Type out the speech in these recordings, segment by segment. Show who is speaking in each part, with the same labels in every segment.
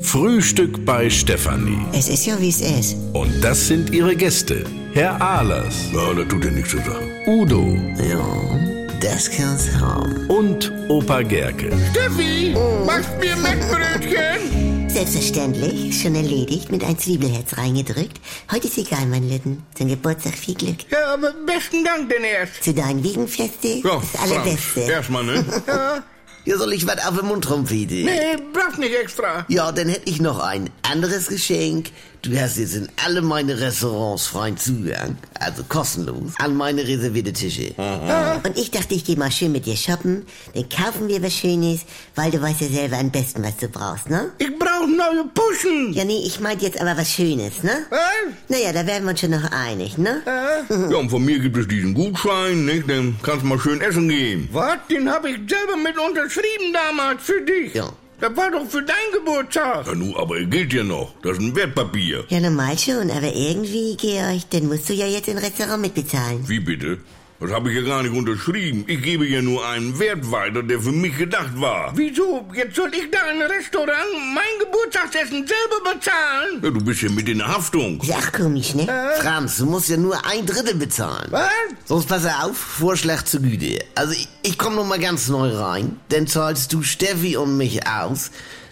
Speaker 1: Frühstück bei Stefanie.
Speaker 2: Es ist ja, wie es ist.
Speaker 1: Und das sind ihre Gäste. Herr Ahlers,
Speaker 3: Ja, das tut dir nichts zu sagen.
Speaker 1: Udo
Speaker 2: Ja, das kann's haben.
Speaker 1: und Opa Gerke.
Speaker 4: Steffi, machst mir Mettbrötchen?
Speaker 2: Selbstverständlich, schon erledigt, mit ein Zwiebelherz reingedrückt. Heute ist egal, mein Litten. Zum Geburtstag viel Glück.
Speaker 4: Ja, aber besten Dank denn erst.
Speaker 2: Zu deinem Wiegenfeste,
Speaker 3: Ja,
Speaker 2: das
Speaker 3: Franz,
Speaker 2: Allerbeste.
Speaker 3: erstmal, ne?
Speaker 4: Ja,
Speaker 5: Ja, soll ich was auf den Mund rumpfieten?
Speaker 4: nee, brauchst nicht extra.
Speaker 5: Ja, dann hätte ich noch ein anderes Geschenk. Du hast jetzt in alle meine Restaurants freien Zugang, also kostenlos, an meine reservierte Tische.
Speaker 2: Und ich dachte, ich gehe mal schön mit dir shoppen, dann kaufen wir was Schönes, weil du weißt ja selber am besten, was du brauchst, ne?
Speaker 4: Ich brauch neue Puschen.
Speaker 2: Ja, nee, ich meinte jetzt aber was Schönes, ne?
Speaker 4: Was?
Speaker 2: Naja, da werden wir uns schon noch einig, ne?
Speaker 3: Ja, und von mir gibt es diesen Gutschein, nicht? Dann kannst du mal schön essen gehen.
Speaker 4: Was? Den hab ich selber mit unterschrieben damals für dich.
Speaker 5: Ja.
Speaker 4: Das war doch für dein Geburtstag.
Speaker 3: Ja, nu, aber er gilt ja noch. Das ist ein Wertpapier.
Speaker 2: Ja, normal schon, aber irgendwie, Georg, dann musst du ja jetzt ein Restaurant mitbezahlen.
Speaker 3: Wie bitte? Das habe ich ja gar nicht unterschrieben. Ich gebe ja nur einen Wert weiter, der für mich gedacht war.
Speaker 4: Wieso? Jetzt soll ich da in ein Restaurant mein Geburtstagsessen selber bezahlen?
Speaker 3: Ja, du bist ja mit in der Haftung.
Speaker 2: Ist auch komisch, ne?
Speaker 5: Franz, du musst ja nur ein Drittel bezahlen.
Speaker 4: Was?
Speaker 5: Sonst pass auf, Vorschlag zur Güte. Also ich, ich komme noch mal ganz neu rein, dann zahlst du Steffi und mich aus,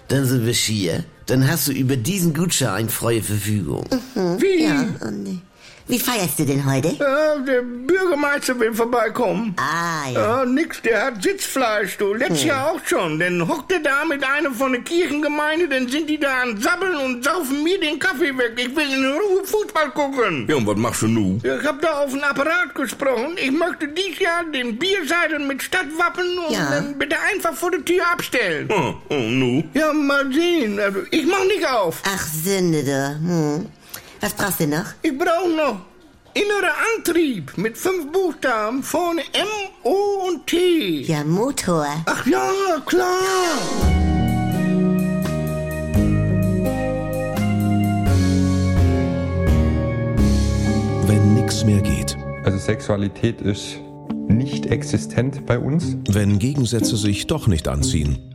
Speaker 5: dann sind wir schier, dann hast du über diesen Gutschein freie Verfügung.
Speaker 4: Wie?
Speaker 2: Ja, und äh, wie feierst du denn heute?
Speaker 4: Ja, der Bürgermeister will vorbeikommen.
Speaker 2: Ah, ja.
Speaker 4: Ja, nix, der hat Sitzfleisch, du. Letztes Jahr auch schon. Dann hockt er da mit einem von der Kirchengemeinde, dann sind die da an Sabbeln und saufen mir den Kaffee weg. Ich will in Ruhe Fußball gucken.
Speaker 3: Ja, und was machst du nu?
Speaker 4: Ich hab da auf den Apparat gesprochen. Ich möchte dieses Jahr den Bierseidel mit Stadtwappen und
Speaker 2: Ja.
Speaker 4: dann bitte einfach vor der Tür abstellen.
Speaker 3: Hm, und nu?
Speaker 4: Ja, mal sehen. Also, ich mach nicht auf.
Speaker 2: Ach, Sünde, du. Hm. Was brauchst du noch?
Speaker 4: Ich brauch noch innerer Antrieb mit fünf Buchstaben vorne M, O und T.
Speaker 2: Ja, Motor.
Speaker 4: Ach ja, klar.
Speaker 6: Wenn nichts mehr geht.
Speaker 7: Also Sexualität ist nicht existent bei uns.
Speaker 6: Wenn Gegensätze sich doch nicht anziehen.